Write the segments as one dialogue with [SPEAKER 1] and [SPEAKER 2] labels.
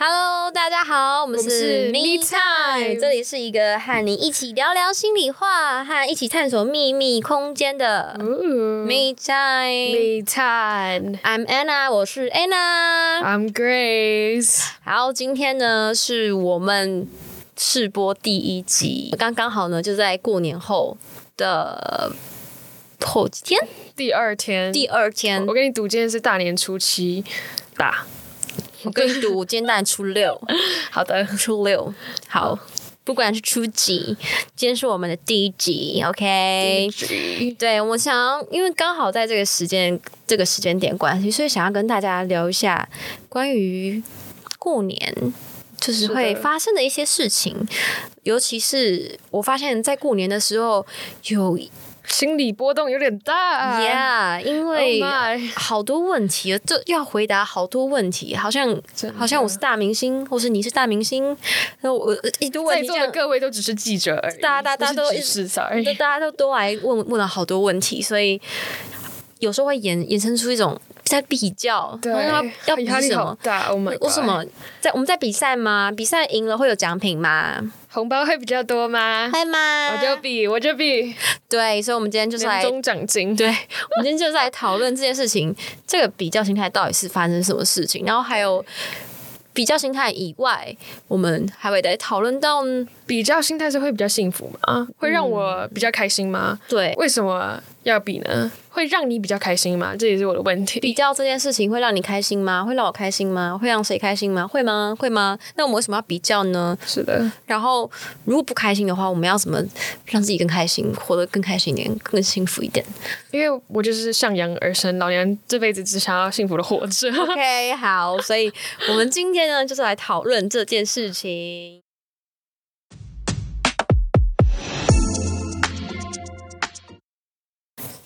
[SPEAKER 1] Hello，大家好，我们
[SPEAKER 2] 我们是
[SPEAKER 1] 是 Me
[SPEAKER 2] Me
[SPEAKER 1] Time，
[SPEAKER 2] Time
[SPEAKER 1] 这里是一个和你一起聊聊心里话，和一起探索秘密空间的 Me Time。
[SPEAKER 2] 嗯 Me time.
[SPEAKER 1] I'm Anna，我是 Anna。
[SPEAKER 2] I'm Grace.
[SPEAKER 1] 然后今天呢，是我们试播第一集，刚刚好呢，就在过年后的后几天，
[SPEAKER 2] 第二天，
[SPEAKER 1] 第二天
[SPEAKER 2] 我，跟你赌，今天是大年初七打。
[SPEAKER 1] 我跟你赌，今天大概初六。
[SPEAKER 2] 好的，
[SPEAKER 1] 初六，好，不管是初几，今天是我们的第一集，OK。对，我想要，因为刚好在这个时间这个时间点关系，所以想要跟大家聊一下关于过年，就是
[SPEAKER 2] 的
[SPEAKER 1] 会发生的一些事情，尤其是我发现，在过年的时候有
[SPEAKER 2] 心理波动有点大。
[SPEAKER 1] ，Yeah，因
[SPEAKER 2] 啊 Oh
[SPEAKER 1] 为
[SPEAKER 2] my，
[SPEAKER 1] 好多问题，这要回答好多问题，好像
[SPEAKER 2] 真的
[SPEAKER 1] 好像我是大明星，或是你是大明星，那我呃一堆问
[SPEAKER 2] 在
[SPEAKER 1] 题这
[SPEAKER 2] 座
[SPEAKER 1] 样
[SPEAKER 2] 的。各位都只是记者而已，
[SPEAKER 1] 大家大家
[SPEAKER 2] 不
[SPEAKER 1] 都
[SPEAKER 2] 是只是
[SPEAKER 1] 就
[SPEAKER 2] sorry。
[SPEAKER 1] 大家都都来问问了好多问题，所以有时候会衍衍生出一种在比较，
[SPEAKER 2] 对哎
[SPEAKER 1] 然后，要要比
[SPEAKER 2] 压力
[SPEAKER 1] 什
[SPEAKER 2] 好
[SPEAKER 1] 么？
[SPEAKER 2] 大。Oh my，
[SPEAKER 1] 为什
[SPEAKER 2] god
[SPEAKER 1] 么在我们在比赛吗？比赛赢了会有奖品吗？
[SPEAKER 2] 红包会比较多吗？
[SPEAKER 1] 会吗？
[SPEAKER 2] 我就比，我就比
[SPEAKER 1] 对，所以我们今天就是
[SPEAKER 2] 年
[SPEAKER 1] 来，
[SPEAKER 2] 终奖金。
[SPEAKER 1] 对，我们今天就是来讨论这件事情，这个比较心态到底是发生什么事情，然后还有。比较心态以外，我们还会来讨论到
[SPEAKER 2] 比较心态是会比较幸福吗？会让我比较开心吗？
[SPEAKER 1] 对
[SPEAKER 2] 为什么要比呢？会让你比较开心吗？这也是我的问题。
[SPEAKER 1] 比较这件事情会让你开心吗？会让我开心吗？会让谁开心吗？会吗？会吗？那我们为什么要比较呢？
[SPEAKER 2] 是的，
[SPEAKER 1] 然后如果不开心的话，我们要怎么让自己更开心，活得更开心一点，更幸福一点
[SPEAKER 2] 因为我就是向阳而生，老娘这辈子只想要幸福的活 着。
[SPEAKER 1] ？OK，好，所以我们今天呢，就是来讨论这件事情。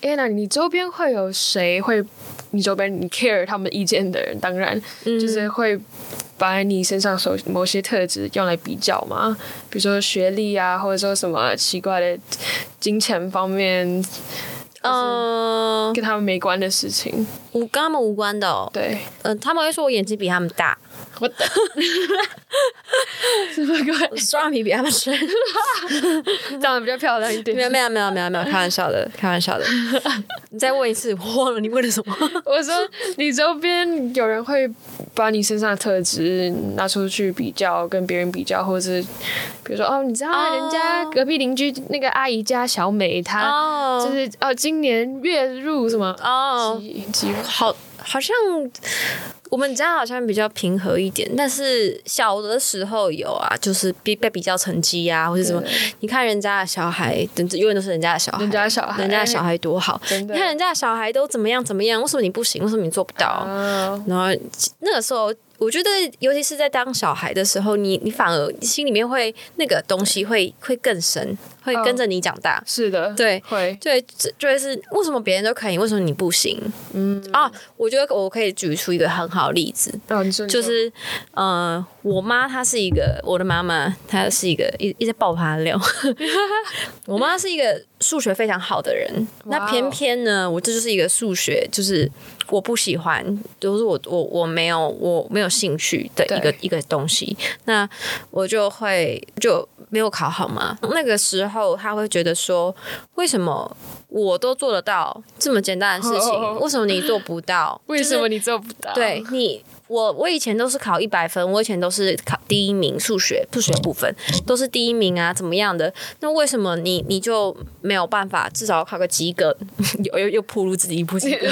[SPEAKER 2] 安娜，哎你周边会有谁会？你周边你 care 他们意见的人，当然、
[SPEAKER 1] 嗯
[SPEAKER 2] 就是会把你身上所某些特质用来比较嘛，比如说学历啊，或者说什么奇怪的金钱方面
[SPEAKER 1] 嗯、
[SPEAKER 2] 跟他们没关的事情。
[SPEAKER 1] 我跟他们无关的、哦。
[SPEAKER 2] 对，
[SPEAKER 1] 嗯、他们会说我眼睛比他们 大，
[SPEAKER 2] 我的， 是不 是怪
[SPEAKER 1] 双眼皮比他们深。
[SPEAKER 2] 长得比较漂亮一
[SPEAKER 1] 没
[SPEAKER 2] 点？
[SPEAKER 1] 有，没有，没有，没有，没有，开玩笑的，开玩 笑的。你再问一次，我忘了你问了什么。
[SPEAKER 2] 我说你周边有人会把你身上的特质拿出去比较，跟别人比较，或者是比如说哦，你知道
[SPEAKER 1] 哦
[SPEAKER 2] 人家隔壁邻居那个阿姨家小美，她
[SPEAKER 1] 哦
[SPEAKER 2] 就是哦，今年月入什么
[SPEAKER 1] 哦，
[SPEAKER 2] 几几万
[SPEAKER 1] 好，好像我们家好像比较平和一点，但是小的时候有啊，就是比被比较成绩啊，或者什么
[SPEAKER 2] 对，
[SPEAKER 1] 你看人家的小孩，等永远都是人家的小孩，
[SPEAKER 2] 人家的小孩
[SPEAKER 1] 人家的小孩多好，
[SPEAKER 2] 真的
[SPEAKER 1] 你看人家的小孩都怎么样怎么样，为什么你不行？为什么你做不到？
[SPEAKER 2] 啊，
[SPEAKER 1] 然后那个时候，我觉得，尤其是在当小孩的时候，你你反而心里面会那个东西会会更深，会
[SPEAKER 2] 嗯
[SPEAKER 1] 跟着你长大。
[SPEAKER 2] 是的，
[SPEAKER 1] 对
[SPEAKER 2] 会
[SPEAKER 1] 对，这就是为什么别人都可以，为什么你不行？嗯啊，我觉得我可以举出一个很好的例子，
[SPEAKER 2] 哦，你说你
[SPEAKER 1] 就
[SPEAKER 2] 说
[SPEAKER 1] 是呃，我妈她是一个我的妈妈，她是一个一一直爆发料。 我妈是一个数学非常好的人，
[SPEAKER 2] 哇哦
[SPEAKER 1] 那偏偏呢，我这就是一个数学，就是我不喜欢，就是我我我没有我没有兴趣的一个
[SPEAKER 2] 对
[SPEAKER 1] 一个东西，那我就会就没有考好嘛。那个时候她会觉得说，为什么我都做得到这么简单的事情，
[SPEAKER 2] 哦
[SPEAKER 1] 为什么你做不到？
[SPEAKER 2] 为
[SPEAKER 1] 就是
[SPEAKER 2] 什么你做不到？
[SPEAKER 1] 对你，我我以前都是考一百分，我以前都是考第一名，数学数学部分
[SPEAKER 2] 嗯
[SPEAKER 1] 都是第一名啊，怎么样的？那为什么你你就没有办法至少考个及格？ 又又又暴露自己不及 格，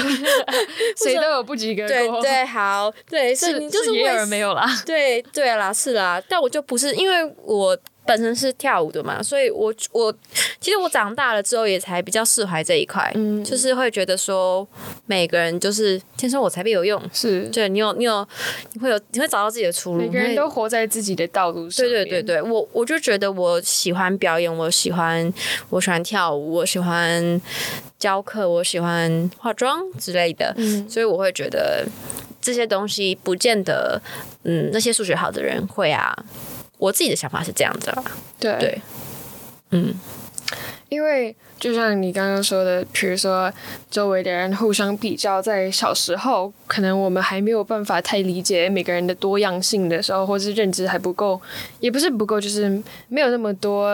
[SPEAKER 2] 谁都有不及 格
[SPEAKER 1] 对
[SPEAKER 2] 过，
[SPEAKER 1] 对，好，对，所以
[SPEAKER 2] 是
[SPEAKER 1] 你就是
[SPEAKER 2] 是也有
[SPEAKER 1] 为
[SPEAKER 2] 人没有啦，
[SPEAKER 1] 对对啦，是啦，但我就不是因为我。本身是跳舞的嘛，所以我我其实我长大了之后也才比较释怀这一块，
[SPEAKER 2] 嗯
[SPEAKER 1] 就是会觉得说每个人就是天生我材必有用，
[SPEAKER 2] 是
[SPEAKER 1] 对你有你有你会有你会找到自己的出路，
[SPEAKER 2] 每
[SPEAKER 1] 你
[SPEAKER 2] 个人
[SPEAKER 1] 会
[SPEAKER 2] 都活在自己的道路上
[SPEAKER 1] 对
[SPEAKER 2] 面，
[SPEAKER 1] 对对对，我我就觉得我喜欢表演，我喜欢我喜欢跳舞，我喜欢教课，我喜欢化妆之类的，
[SPEAKER 2] 嗯
[SPEAKER 1] 所以我会觉得这些东西不见得，嗯，那些数学好的人会啊。我自己的想法是这样子啦，
[SPEAKER 2] 对
[SPEAKER 1] 对，嗯，
[SPEAKER 2] 因因为就像你刚刚说的，比如说周围的人互相比较，在小时候可能我们还没有办法太理解每个人的多样性的时候，或是认知还不够，也不是不够，就是没有那么多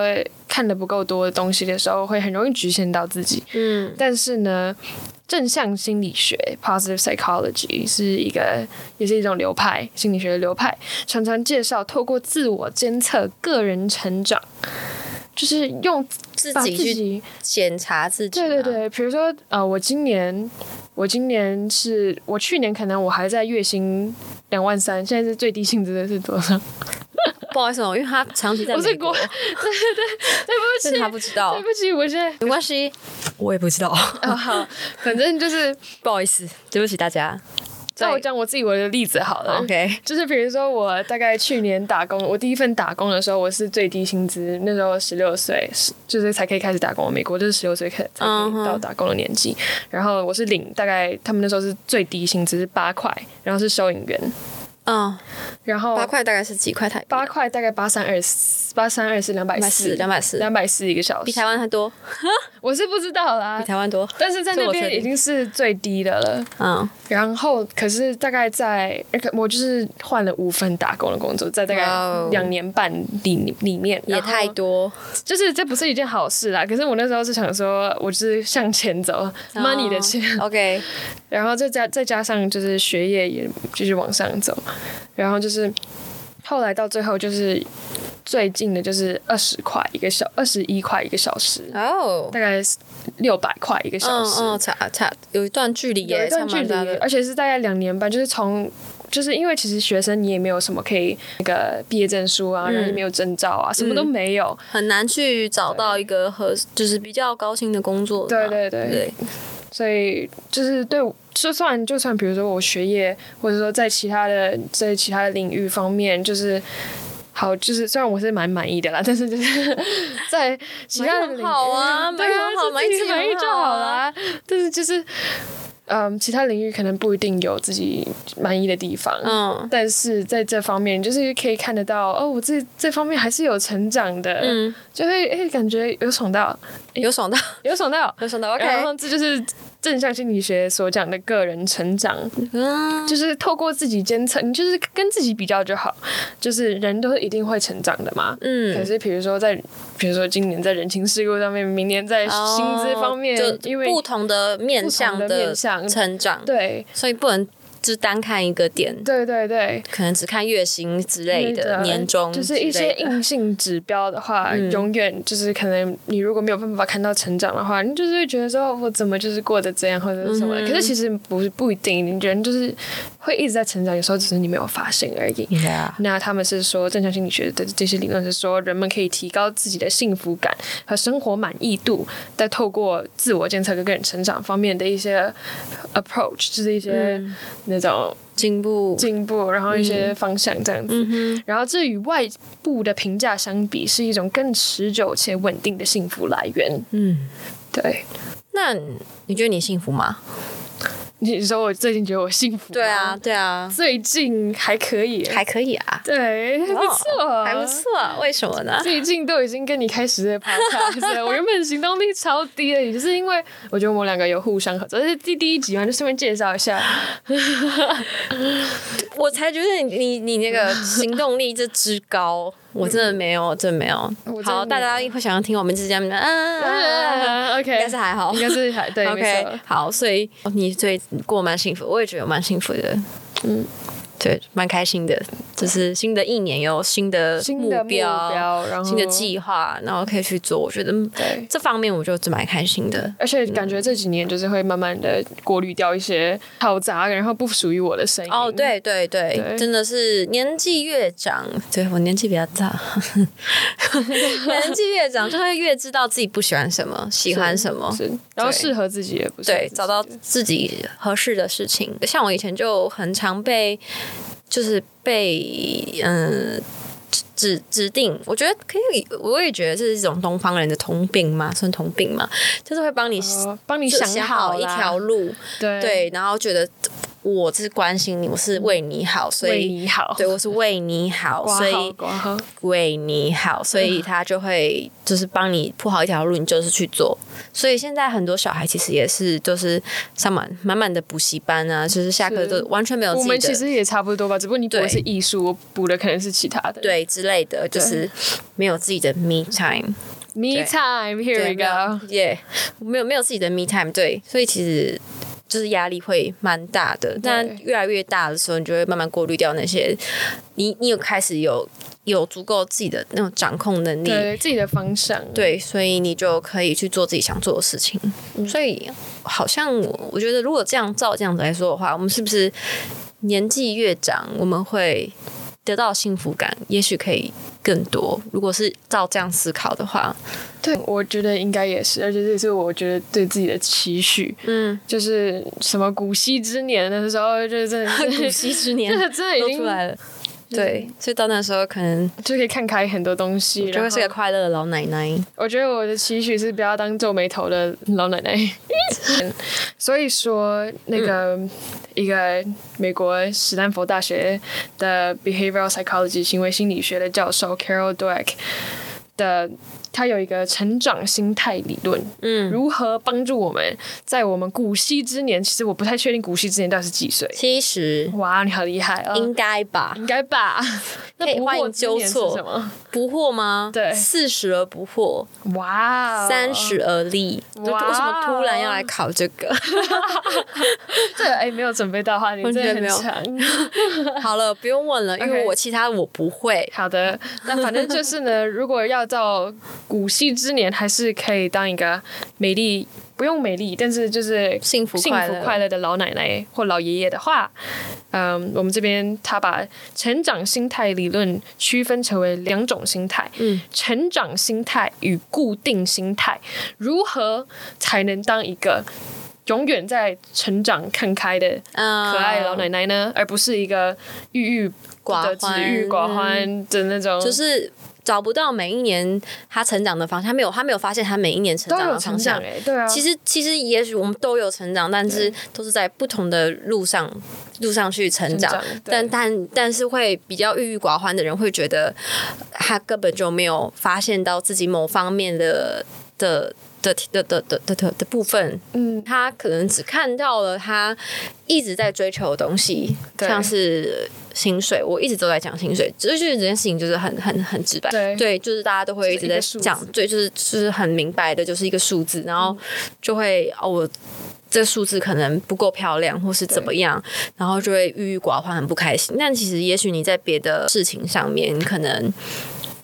[SPEAKER 2] 看的不够多的东西的时候，会很容易局限到自己。
[SPEAKER 1] 嗯，
[SPEAKER 2] 但是呢，正向心理学 （positive psychology） 是一个，也是一种流派，心理学的流派，常常介绍透过自我监测个人成长，就是用
[SPEAKER 1] 自
[SPEAKER 2] 把自
[SPEAKER 1] 己去
[SPEAKER 2] 己，
[SPEAKER 1] 检查自己，啊
[SPEAKER 2] 对对，对，比如说，呃，我今年，我今年是我去年可能我还在月薪两万三，现在是最低薪资的是多少？
[SPEAKER 1] 不好意思哦，因为他长期在
[SPEAKER 2] 我是
[SPEAKER 1] 美国
[SPEAKER 2] 国，， 对对
[SPEAKER 1] 所以
[SPEAKER 2] 对，对
[SPEAKER 1] 他
[SPEAKER 2] 不起。
[SPEAKER 1] 不知道
[SPEAKER 2] 对，不起，我 现在
[SPEAKER 1] 没关系，哦我也不知道，
[SPEAKER 2] 啊、好， 反正就是，
[SPEAKER 1] 不好意思，对不起大家。
[SPEAKER 2] 那我讲我自己我的例子好了。
[SPEAKER 1] OK，
[SPEAKER 2] 就是比如说，我大概去年打工，我第一份打工的时候，我是最低薪资，那时候十六岁，是就是才可以开始打工。美国就是十六岁开才可
[SPEAKER 1] 嗯哼
[SPEAKER 2] 以到打工的年纪。然后我是领大概他们那时候是最低薪资是八块，然后是收银员，
[SPEAKER 1] 嗯，
[SPEAKER 2] 然后
[SPEAKER 1] 八块大概是几块台币？
[SPEAKER 2] 八块大概八三二四，八三二四两百四，
[SPEAKER 1] 两百四，
[SPEAKER 2] 两百四一个小
[SPEAKER 1] 比
[SPEAKER 2] 时
[SPEAKER 1] 台，湾还多，
[SPEAKER 2] 我是不知道啦
[SPEAKER 1] 比。台湾多。
[SPEAKER 2] 但是在
[SPEAKER 1] 这
[SPEAKER 2] 那
[SPEAKER 1] 我确
[SPEAKER 2] 边
[SPEAKER 1] 定
[SPEAKER 2] 已经是最低的了，
[SPEAKER 1] 嗯，
[SPEAKER 2] 然后可是大概在，呃可我就是换了五份打工的工作，在大概
[SPEAKER 1] 哇哦
[SPEAKER 2] 两年半里里面，
[SPEAKER 1] 也
[SPEAKER 2] 然后
[SPEAKER 1] 太多，
[SPEAKER 2] 就是这不是一件好事啦。可是我那时候是想说，我就是向前
[SPEAKER 1] 哦
[SPEAKER 2] 走、m o n e y 的钱，
[SPEAKER 1] 嗯 OK，
[SPEAKER 2] 然后再加再加上就是学业也继续往上走，然后就是后来到最后就是最近的就是二十块一个小，二十一块一个小时，
[SPEAKER 1] 哦，
[SPEAKER 2] 大概六百块一个小
[SPEAKER 1] 嗯
[SPEAKER 2] 时，
[SPEAKER 1] 嗯，差差有一段距离
[SPEAKER 2] 有
[SPEAKER 1] 耶，
[SPEAKER 2] 一
[SPEAKER 1] 差
[SPEAKER 2] 段距
[SPEAKER 1] 蛮
[SPEAKER 2] 离
[SPEAKER 1] 大，的。
[SPEAKER 2] 而且是大概两年半，就是从。就是因为其实学生你也没有什么可以那个毕业证书
[SPEAKER 1] 嗯
[SPEAKER 2] 啊，然后也没有证照啊，什么都没有。
[SPEAKER 1] 很难去找到一个合，就是比较高薪的工作
[SPEAKER 2] 对
[SPEAKER 1] 吧。
[SPEAKER 2] 对对，
[SPEAKER 1] 对，
[SPEAKER 2] 所以就是对，就算就算比如说我学业，或者说在其他的在其他的领域方面，就是好，就是虽然我是蛮满意的啦，但 是就是 在其他的领域
[SPEAKER 1] 蛮好啊
[SPEAKER 2] 对啊
[SPEAKER 1] 蛮好
[SPEAKER 2] 就
[SPEAKER 1] 蛮
[SPEAKER 2] 自己
[SPEAKER 1] 自己
[SPEAKER 2] 满意
[SPEAKER 1] 很
[SPEAKER 2] 就
[SPEAKER 1] 好
[SPEAKER 2] 好
[SPEAKER 1] 啊
[SPEAKER 2] 啦。但是就是。嗯，其他领域可能不一定有自己满意的地方，
[SPEAKER 1] 嗯
[SPEAKER 2] 但是在这方面，就是可以看得到哦，我这这方面还是有成长的，
[SPEAKER 1] 嗯，
[SPEAKER 2] 就会诶、感觉有爽到，
[SPEAKER 1] 有爽到，
[SPEAKER 2] 有爽到。
[SPEAKER 1] 有爽到。
[SPEAKER 2] 然
[SPEAKER 1] OK，
[SPEAKER 2] 后这就是正向心理学所讲的个人成长，
[SPEAKER 1] 嗯，
[SPEAKER 2] 就是透过自己监测，你就是跟自己比较就好，就是人都是一定会成长的嘛。可
[SPEAKER 1] 嗯，
[SPEAKER 2] 是，比如说在，比如说今年在人情世故上面，明年在
[SPEAKER 1] 哦
[SPEAKER 2] 薪资方面，
[SPEAKER 1] 就
[SPEAKER 2] 因为
[SPEAKER 1] 不同的面向
[SPEAKER 2] 不同的面向
[SPEAKER 1] 成长，
[SPEAKER 2] 对
[SPEAKER 1] 所以不能只单看一个点，
[SPEAKER 2] 对对对，
[SPEAKER 1] 可能只看月薪之类
[SPEAKER 2] 那
[SPEAKER 1] 的、
[SPEAKER 2] 个
[SPEAKER 1] 年终
[SPEAKER 2] 啊就
[SPEAKER 1] 之
[SPEAKER 2] 是一
[SPEAKER 1] 类的，嗯
[SPEAKER 2] 些硬性指标的话，永远就是可能你如果没有办法看到成长的话，你就是会觉得说哦我怎么就是过得这样或者是什么的。
[SPEAKER 1] 嗯哼
[SPEAKER 2] 可是其实不是不一定，人就是会一直在成长，有时候只是你没有发现而已。
[SPEAKER 1] Yeah
[SPEAKER 2] 那他们是说，正向心理学的这些理论是说，人们可以提高自己的幸福感和生活满意度，再透过自我监测跟个人成长方面的一些 approach，就是一些
[SPEAKER 1] 嗯
[SPEAKER 2] 那种
[SPEAKER 1] 进步，
[SPEAKER 2] 进步，然后一些方向这样子。
[SPEAKER 1] 嗯
[SPEAKER 2] 然后这与外部的评价相比，是一种更持久且稳定的幸福来源。
[SPEAKER 1] 哼，嗯。
[SPEAKER 2] 对，
[SPEAKER 1] 那你觉得你幸福吗？
[SPEAKER 2] 你说我最近觉得我幸福？
[SPEAKER 1] 对啊，，对啊，
[SPEAKER 2] 最近还可以，
[SPEAKER 1] 还可以啊，
[SPEAKER 2] 对，还不错，
[SPEAKER 1] 还不。错，为什么呢？
[SPEAKER 2] 最近都已经跟你开始在 podcast 了，我原本行动力超低的，也就是因为我觉得我们两个有互相合作，这是第第一集嘛，就顺便介绍 一下。
[SPEAKER 1] 啊我才觉得你你你那 个行动力这之高，我真的没有，真的没有
[SPEAKER 2] 我真的。没有
[SPEAKER 1] 好，大家会想要听我们之间的，啊啊 啊啊
[SPEAKER 2] 嗯 OK，
[SPEAKER 1] 应该是还好
[SPEAKER 2] 应。该是还对， 没
[SPEAKER 1] OK，
[SPEAKER 2] 错。
[SPEAKER 1] 好，所以哦你最过蛮幸福，我也觉得蛮幸福的，嗯
[SPEAKER 2] 嗯，
[SPEAKER 1] 对，蛮开心的，就是新的一年有新的
[SPEAKER 2] 新
[SPEAKER 1] 目
[SPEAKER 2] 的
[SPEAKER 1] 标、
[SPEAKER 2] 目标，然后
[SPEAKER 1] 新的计划，然后可以去做，我觉得嗯
[SPEAKER 2] 对
[SPEAKER 1] 这方面我就蛮开心的。
[SPEAKER 2] 而且感觉这几年就是会慢慢的过滤掉一些嘈杂，啊然后不属于我的声音。
[SPEAKER 1] 哦，，对对对，
[SPEAKER 2] 对
[SPEAKER 1] 真的是年纪越长，对我年纪比较大， 年纪越长就会越知道自己不喜欢什么，喜欢什么。
[SPEAKER 2] 是，然后适合自己也不是
[SPEAKER 1] 对，找到自己合适的事情。像我以前就很常被，就是被嗯。指指定，我觉得可以，我也觉得这是一种东方人的通病嘛，算通病嘛，就是会帮你
[SPEAKER 2] 哦帮你
[SPEAKER 1] 就
[SPEAKER 2] 想
[SPEAKER 1] 好一
[SPEAKER 2] 啦
[SPEAKER 1] 条路，
[SPEAKER 2] 对嗯
[SPEAKER 1] 对，然后觉得我是关心你，我是为你好，所
[SPEAKER 2] 为
[SPEAKER 1] 以
[SPEAKER 2] 你好，
[SPEAKER 1] 对我是为你好，
[SPEAKER 2] 挂
[SPEAKER 1] 所
[SPEAKER 2] 号
[SPEAKER 1] 以
[SPEAKER 2] 挂号，
[SPEAKER 1] 为你好，所
[SPEAKER 2] 嗯
[SPEAKER 1] 以他就会就是帮你铺好一条路，你就是去做。所以现在很多小孩其实也是就是上满满满的补习班啊，就是下课
[SPEAKER 2] 是
[SPEAKER 1] 都完全没有
[SPEAKER 2] 我们
[SPEAKER 1] 自
[SPEAKER 2] 其
[SPEAKER 1] 己的。
[SPEAKER 2] 实也差不多吧，只不过你补的
[SPEAKER 1] 对
[SPEAKER 2] 是艺术，我补的可能是其他的。
[SPEAKER 1] 对之类的，就是没有自己的 me time，
[SPEAKER 2] ，Me
[SPEAKER 1] 对
[SPEAKER 2] time here
[SPEAKER 1] 对，
[SPEAKER 2] we
[SPEAKER 1] 没有
[SPEAKER 2] go。
[SPEAKER 1] 耶没有没有自己的 me time，对，所以其实就是压力会蛮大的。那越来越大的时候，你就会慢慢过滤掉那些，你你有开始有有足够自己的那种掌控能力，
[SPEAKER 2] 对自己的方向，
[SPEAKER 1] 对，所以你就可以去做自己想做的事情。
[SPEAKER 2] 嗯
[SPEAKER 1] 所以好像我我觉得，如果这样照这样子来说的话，我们是不是年纪越长，我们会得到幸福感，也许可以更多？如果是照这样思考的话，
[SPEAKER 2] 对，我觉得应该也是，而且这也是我觉得对自己的期许，
[SPEAKER 1] 嗯，
[SPEAKER 2] 就是什么古稀之年的时候，就是真的
[SPEAKER 1] 古
[SPEAKER 2] 是，
[SPEAKER 1] 稀之年
[SPEAKER 2] 真的真 的已
[SPEAKER 1] 都
[SPEAKER 2] 经
[SPEAKER 1] 出来了。 对，所以到那时候可能
[SPEAKER 2] 就可以看开很多东西。
[SPEAKER 1] 就会是
[SPEAKER 2] 然
[SPEAKER 1] 个
[SPEAKER 2] 后
[SPEAKER 1] 快乐的老奶奶。
[SPEAKER 2] 我觉得我的期许是不要当皱眉头的老奶 奶。所以说，那个、
[SPEAKER 1] 嗯
[SPEAKER 2] 一个美国史丹佛大学的 behavioral psychology 行为心理学的教授 Carol Dweck 的，他有一个成长心态理论，
[SPEAKER 1] 嗯，
[SPEAKER 2] 如何帮助我们在我们古稀之年？其实我不太确定古稀之年到底是几岁。
[SPEAKER 1] 七十
[SPEAKER 2] 哇，你好厉害啊！
[SPEAKER 1] 应该吧？
[SPEAKER 2] 应该吧？那
[SPEAKER 1] 可以
[SPEAKER 2] 不
[SPEAKER 1] 欢
[SPEAKER 2] 惑
[SPEAKER 1] 迎
[SPEAKER 2] 之
[SPEAKER 1] 纠
[SPEAKER 2] 年是
[SPEAKER 1] 错
[SPEAKER 2] 什么？
[SPEAKER 1] 不惑吗？
[SPEAKER 2] 对
[SPEAKER 1] 四十而不惑。
[SPEAKER 2] 哇哦，
[SPEAKER 1] 三十而立，就
[SPEAKER 2] 哇哦
[SPEAKER 1] 为什么突然要来考这 个？
[SPEAKER 2] 这个哎、没有准备到的话，你
[SPEAKER 1] 完
[SPEAKER 2] 真
[SPEAKER 1] 全
[SPEAKER 2] 的很
[SPEAKER 1] 没有
[SPEAKER 2] 强。
[SPEAKER 1] 好了，不用问了，因
[SPEAKER 2] OK
[SPEAKER 1] 为我其他我不会。
[SPEAKER 2] 好的，那反正就是呢，如果要到古稀之年，还是可以当一个美丽，不用美丽，但是就是
[SPEAKER 1] 幸福
[SPEAKER 2] 幸
[SPEAKER 1] 快
[SPEAKER 2] 福
[SPEAKER 1] 乐
[SPEAKER 2] 快乐的老奶奶或老爷爷的话，嗯，我们这边他把成长心态理论区分成为两种心态，
[SPEAKER 1] 嗯，
[SPEAKER 2] 成长心态与固定心态，如何才能当一个永远在成长看开的
[SPEAKER 1] 嗯
[SPEAKER 2] 可爱的老奶奶呢，而不是一个郁郁不得志
[SPEAKER 1] 寡欢
[SPEAKER 2] 郁寡欢的那种，
[SPEAKER 1] 就是找不到每一年他成长的方向，他没有，他没有发现他每一年成
[SPEAKER 2] 都
[SPEAKER 1] 长
[SPEAKER 2] 有
[SPEAKER 1] 的
[SPEAKER 2] 成
[SPEAKER 1] 方
[SPEAKER 2] 长
[SPEAKER 1] 向。
[SPEAKER 2] 哎、对啊，
[SPEAKER 1] 其实，其实也许我们都有成长，但是都是在不同的路上路上去成长。
[SPEAKER 2] 成长对
[SPEAKER 1] 但但但是会比较郁郁寡欢的人会觉得，他根本就没有发现到自己某方面的的的的的的的的的部分，
[SPEAKER 2] 嗯，
[SPEAKER 1] 他可能只看到了他一直在追求的东西，
[SPEAKER 2] 对
[SPEAKER 1] 像是薪水。我一直都在讲薪水，就是这件事情就是很很很直白，
[SPEAKER 2] 对
[SPEAKER 1] 就是大家都会一直在讲
[SPEAKER 2] 就是一个数，嗯
[SPEAKER 1] 对，就是就是很明白的，就是一个数字，然后就会哦我。这数字可能不够漂亮，或是怎么样，然后就会郁郁寡欢，很不开心。但其实，也许你在别的事情上面，可能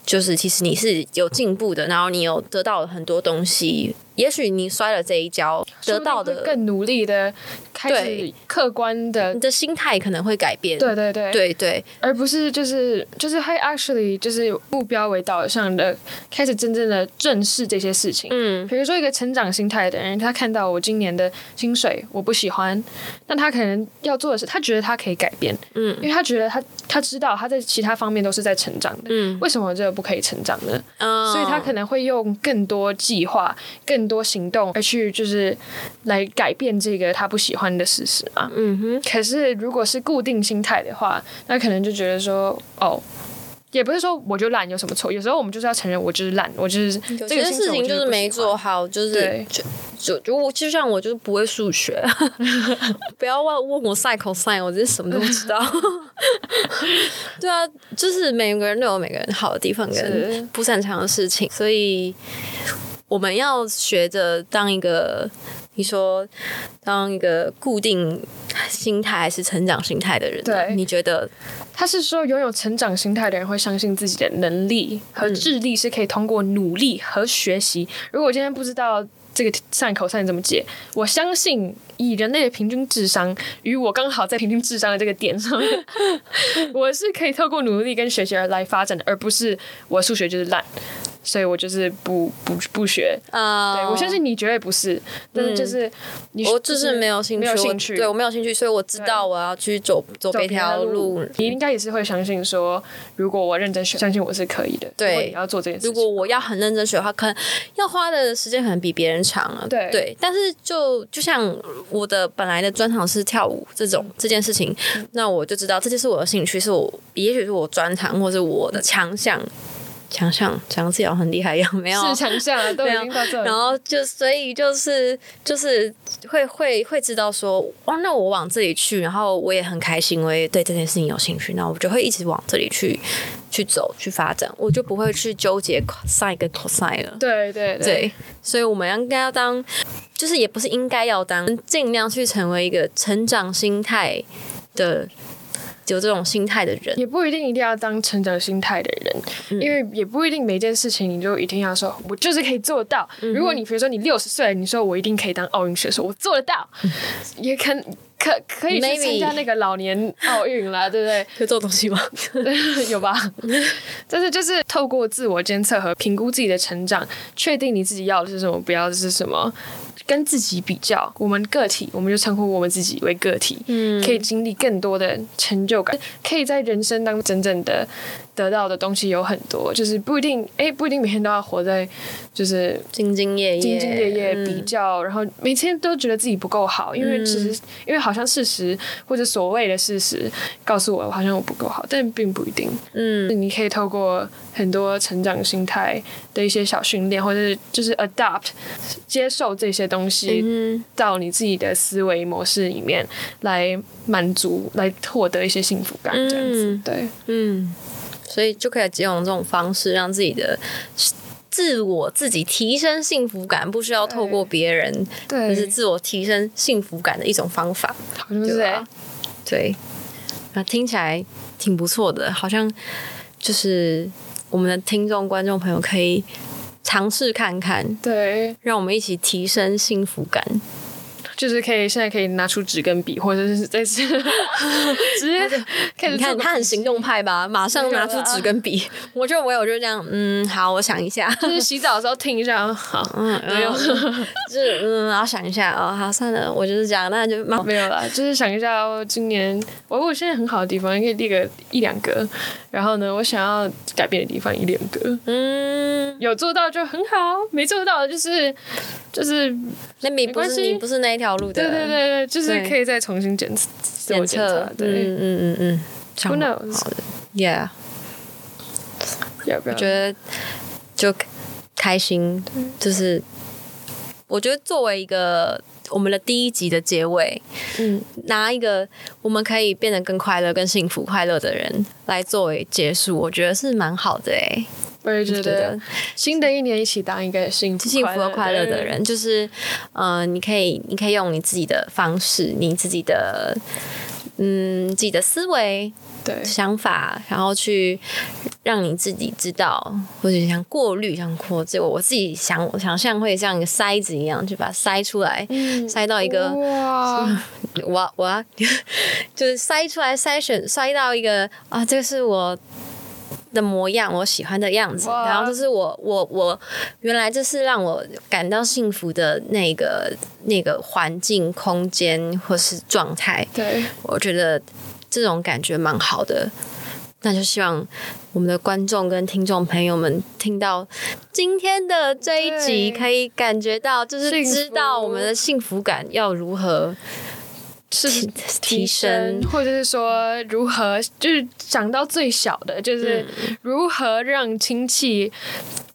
[SPEAKER 1] 就是其实你是有进步的，然后你有得到了很多东西。也许你摔了这一跤，得到
[SPEAKER 2] 说
[SPEAKER 1] 的
[SPEAKER 2] 不定会更努力的开始
[SPEAKER 1] 对嗯
[SPEAKER 2] 客观的
[SPEAKER 1] 你。的心态可能会改变。
[SPEAKER 2] 对对对，
[SPEAKER 1] 对对
[SPEAKER 2] 而不是就是就是会 actually 就是目标为导向的，开始真正的正视这些事情。
[SPEAKER 1] 嗯，
[SPEAKER 2] 比如说一个成长心态的人，他看到我今年的薪水我不喜欢，那他可能要做的是，他觉得他可以改变，
[SPEAKER 1] 嗯
[SPEAKER 2] 因为他觉得他他知道他在其他方面都是在成长的，
[SPEAKER 1] 嗯
[SPEAKER 2] 为什么这个不可以成长呢？
[SPEAKER 1] 嗯
[SPEAKER 2] 所以他可能会用更多计划、更多行动，而去就是来改变这个他不喜欢的事实嘛。
[SPEAKER 1] 嗯哼，
[SPEAKER 2] 可是如果是固定心态的话，那可能就觉得说，哦。也不是说我就懒有什么错，有时候我们就是要承认我就是懒，我就是
[SPEAKER 1] 有
[SPEAKER 2] 这
[SPEAKER 1] 些
[SPEAKER 2] 个薪水
[SPEAKER 1] 事
[SPEAKER 2] 我
[SPEAKER 1] 情
[SPEAKER 2] 就
[SPEAKER 1] 就是
[SPEAKER 2] 不
[SPEAKER 1] 没
[SPEAKER 2] 喜欢
[SPEAKER 1] 做好，就是
[SPEAKER 2] 对
[SPEAKER 1] 就就就我就像我就是不会数 学，不要问问我 sin cosine，我真是什么都不知 道。对啊，就是每个人都有每个人好的地方
[SPEAKER 2] 是
[SPEAKER 1] 跟不擅长的事情，所以我们要学着当一个。你说当一个固定心态还是成长心态的人呢，
[SPEAKER 2] 对
[SPEAKER 1] 你觉得
[SPEAKER 2] 他是说，拥有成长心态的人会相信自己的能力和智力是可以通过努力和学习。如果我今天不知道这个善口善怎么解，我相信以人类的平均智商与我刚好在平均智商的这个 点上面，我是可以透过努力跟学习而来发展的，而不是我数学就是烂。所以我就是不不不学。
[SPEAKER 1] 啊、
[SPEAKER 2] 对我相信你绝对不是，但是就是你
[SPEAKER 1] 嗯我就是没有兴趣，
[SPEAKER 2] 没有
[SPEAKER 1] 我
[SPEAKER 2] 兴趣，
[SPEAKER 1] 对我没有兴趣，所以我知道我要去走走
[SPEAKER 2] 走
[SPEAKER 1] 别条路。
[SPEAKER 2] 嗯你应该也是会相信说，如果我认真学，相信我是可以的。
[SPEAKER 1] 对
[SPEAKER 2] 如果你要做这件事情，
[SPEAKER 1] 如果我要很认真学的话，可能要花的时间可能比别人长了。
[SPEAKER 2] 对
[SPEAKER 1] 但是就就像我的本来的专长是跳舞这种、这件事情，
[SPEAKER 2] 嗯
[SPEAKER 1] 那我就知道这就是我的兴趣，是我也许是我专长或是我的强项。强项，强自己好像很厉害一样，没有
[SPEAKER 2] 是强项 啊，都已
[SPEAKER 1] 对啊
[SPEAKER 2] 经到这里
[SPEAKER 1] 然，后就所以就是就是会会会知道说，哦，那我往这里去，然后我也很开心，我也对这件事情有兴趣，那我就会一直往这里去去走去发展，我就不会去纠结 cosine 跟 cosine 了。
[SPEAKER 2] 对对
[SPEAKER 1] 对，所以我们应该要当，就是也不是应该要当，尽量去成为一个成长心态的有这种心态的人。
[SPEAKER 2] 也不一定一定要当成长心态的人，
[SPEAKER 1] 嗯
[SPEAKER 2] 因为也不一定每件事情你就一定要说，我就是可以做到。
[SPEAKER 1] 嗯
[SPEAKER 2] 如果你比如说你六十岁了，你说我一定可以当奥运选手，我做得到，也可可可以去
[SPEAKER 1] Maybe
[SPEAKER 2] 参加那个老年奥运啦，对不对？
[SPEAKER 1] 有这种东西吗？
[SPEAKER 2] 有吧？但是就是透过自我监测和评估自己的成长，确定你自己要的是什么，不要的是什么，跟自己比较。我们个体，我们就称呼我们自己为个体，嗯，可以经历更多的成就感，可以在人生当中真正的得到的东西有很多，就是不一定，哎、不一定每天都要活在就是
[SPEAKER 1] 兢兢业业，
[SPEAKER 2] 兢兢业业
[SPEAKER 1] 嗯
[SPEAKER 2] 比较，然后每天都觉得自己不够好，因为其实、因为好像事实或者所谓的事实告诉我，好像我不够好，但并不一定。
[SPEAKER 1] 嗯，
[SPEAKER 2] 你可以透过很多成长心态的一些小训练，或者是就是 adapt 接受这些东西
[SPEAKER 1] 嗯
[SPEAKER 2] 到你自己的思维模式里面来满足，来获得一些幸福感，这样子。
[SPEAKER 1] 嗯
[SPEAKER 2] 对，
[SPEAKER 1] 嗯，所以就可以借用这种方式，让自己的自我自己提升幸福感，不需要透过别人，
[SPEAKER 2] 对
[SPEAKER 1] 就是自我提升幸福感的一种方法，
[SPEAKER 2] 好像是
[SPEAKER 1] 对
[SPEAKER 2] 哎
[SPEAKER 1] 吧，？对，那听起来挺不错的，好像就是我们的听众、观众朋友可以尝试看看，
[SPEAKER 2] 对，
[SPEAKER 1] 让我们一起提升幸福感。
[SPEAKER 2] 就是可以现在可以拿出纸跟笔，或者是在 直接开
[SPEAKER 1] 你看
[SPEAKER 2] 始做个
[SPEAKER 1] 他很行动派吧，马 上拿出纸跟笔。我就我有就这样，嗯，好，我想一 下。
[SPEAKER 2] 就是洗澡的时候听一下，好，
[SPEAKER 1] 嗯，
[SPEAKER 2] 没有
[SPEAKER 1] 然后 就是嗯，然后想一下哦，好，算了，我就是这样，那就慢慢
[SPEAKER 2] 没有啦，就是想一下哦今年我我现在很好的地方，可以列个一两个，然后呢，我想要改变的地方一两个，
[SPEAKER 1] 嗯，
[SPEAKER 2] 有做到就很好，没做到的就是就是
[SPEAKER 1] 那你不
[SPEAKER 2] 关
[SPEAKER 1] 是
[SPEAKER 2] 系
[SPEAKER 1] 你不是那一条路的，
[SPEAKER 2] 对对对对，就是
[SPEAKER 1] 对
[SPEAKER 2] 可以再重新检自我
[SPEAKER 1] 检
[SPEAKER 2] 检
[SPEAKER 1] 测
[SPEAKER 2] 查，，对，
[SPEAKER 1] 嗯嗯嗯嗯，
[SPEAKER 2] Who
[SPEAKER 1] 想好
[SPEAKER 2] knows？嗯
[SPEAKER 1] 好的，Yeah，
[SPEAKER 2] 要不要
[SPEAKER 1] 我？觉得就开心，就是我觉得作为一个我们的第一集的结尾，
[SPEAKER 2] 嗯，
[SPEAKER 1] 拿一个我们可以变得更快乐、更幸福、快乐的人来作为结束，我觉得是蛮好的哎、
[SPEAKER 2] 我也觉
[SPEAKER 1] 觉得
[SPEAKER 2] 得新的一年一起当一个幸福
[SPEAKER 1] 幸福和快乐
[SPEAKER 2] 人
[SPEAKER 1] 的人，就是，呃，你可以，你可以用你自己的方式，你自己的，嗯，自己的思维、
[SPEAKER 2] 对，
[SPEAKER 1] 想法，然后去让你自己知道，或者像过滤，像扩这我我自己想，我想象会像一个筛子一样，就把它筛出来，筛到嗯一个，
[SPEAKER 2] 哇，
[SPEAKER 1] 我要我要 就是筛出来筛选筛到一个啊，这个是我的模样，我喜欢的样子，
[SPEAKER 2] 哇
[SPEAKER 1] 然后这是我我我原来这是让我感到幸福的那个那个环境、空间或是状态，
[SPEAKER 2] 对。
[SPEAKER 1] 我觉得这种感觉蛮好的。那就希望我们的观众跟听众朋友们听到今天的这一集，
[SPEAKER 2] 对
[SPEAKER 1] 可以感觉到，就是
[SPEAKER 2] 幸福
[SPEAKER 1] 知道我们的幸福感要如何
[SPEAKER 2] 是
[SPEAKER 1] 提提升，
[SPEAKER 2] 或者是说如何，就是讲到最小的，就是
[SPEAKER 1] 嗯
[SPEAKER 2] 如何让亲戚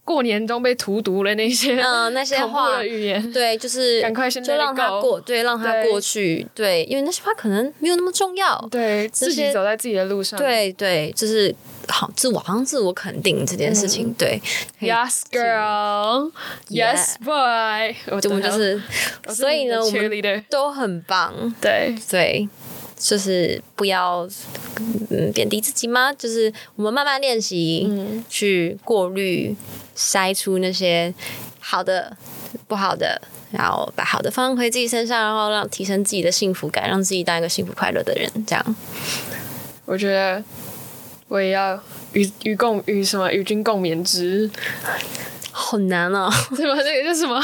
[SPEAKER 2] 过年中被荼毒了那些
[SPEAKER 1] 嗯，那些
[SPEAKER 2] 恐怖
[SPEAKER 1] 话
[SPEAKER 2] 的，语言，
[SPEAKER 1] 对，就是
[SPEAKER 2] 赶快先
[SPEAKER 1] 就
[SPEAKER 2] let it
[SPEAKER 1] 让它
[SPEAKER 2] go
[SPEAKER 1] 过，对，让它
[SPEAKER 2] 对
[SPEAKER 1] 过去，对，因为那些话可能没有那么重要，
[SPEAKER 2] 对自己
[SPEAKER 1] 些
[SPEAKER 2] 走在自己的路上，
[SPEAKER 1] 对对，就是好自我，好像自我肯定这件事情，
[SPEAKER 2] 嗯
[SPEAKER 1] 对，可以
[SPEAKER 2] ，Yes girl, Yes boy，我
[SPEAKER 1] 我们就是，所以呢，我
[SPEAKER 2] 们
[SPEAKER 1] 们
[SPEAKER 2] leader，
[SPEAKER 1] 都很棒，
[SPEAKER 2] 对
[SPEAKER 1] 对。就是不要嗯贬低自己吗？就是我们慢慢练习，去过滤、筛出那些好的、不好的，然后把好的放回自己身上，然后让提升自己的幸福感，让自己当一个幸福快乐的人。这样，
[SPEAKER 2] 我觉得。我也要与与共与什么与君共勉之，
[SPEAKER 1] 好难哦。
[SPEAKER 2] 对吧？那个叫什么？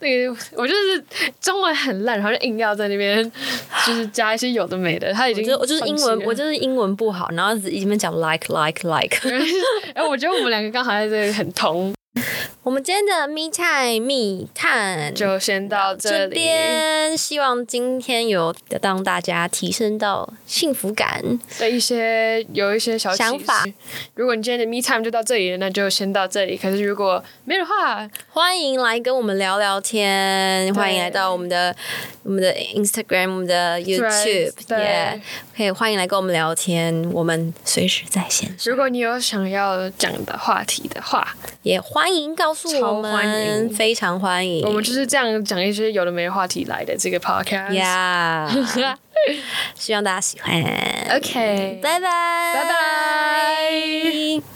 [SPEAKER 2] 那个我就是中文很烂，然后就硬要在那边就是加一些有的没的。他已
[SPEAKER 1] 我
[SPEAKER 2] 经
[SPEAKER 1] 觉得我 就是英
[SPEAKER 2] 放
[SPEAKER 1] 文
[SPEAKER 2] 弃，了
[SPEAKER 1] 我就是英文不好，然后一直讲 like like like。
[SPEAKER 2] 哎，我觉得我们两个刚好在这里很同，
[SPEAKER 1] 我们今天的密探密探
[SPEAKER 2] 就先到这
[SPEAKER 1] 这
[SPEAKER 2] 里。
[SPEAKER 1] 边，希望今天有让大家提升到幸福感。
[SPEAKER 2] 的一些有一些小启示
[SPEAKER 1] 想法。
[SPEAKER 2] 如果你今天的 me time 就到这里了，那就先到这里。可是如果没的话，
[SPEAKER 1] 欢迎来跟我们聊聊天，欢迎来到我们的我们的 Instagram、我们的 YouTube，
[SPEAKER 2] 对
[SPEAKER 1] 也可以欢迎来跟我们聊天，我们随时在线，
[SPEAKER 2] 如果你有想要讲的话题的话，
[SPEAKER 1] 也欢迎告诉我
[SPEAKER 2] 超欢
[SPEAKER 1] 们，
[SPEAKER 2] 迎
[SPEAKER 1] 非常欢迎。
[SPEAKER 2] 我们就是这样讲一些有的没的话题来的这个 podcast。
[SPEAKER 1] 呀 希望大家喜欢，
[SPEAKER 2] OK，
[SPEAKER 1] 拜拜，
[SPEAKER 2] 拜拜。
[SPEAKER 1] 拜。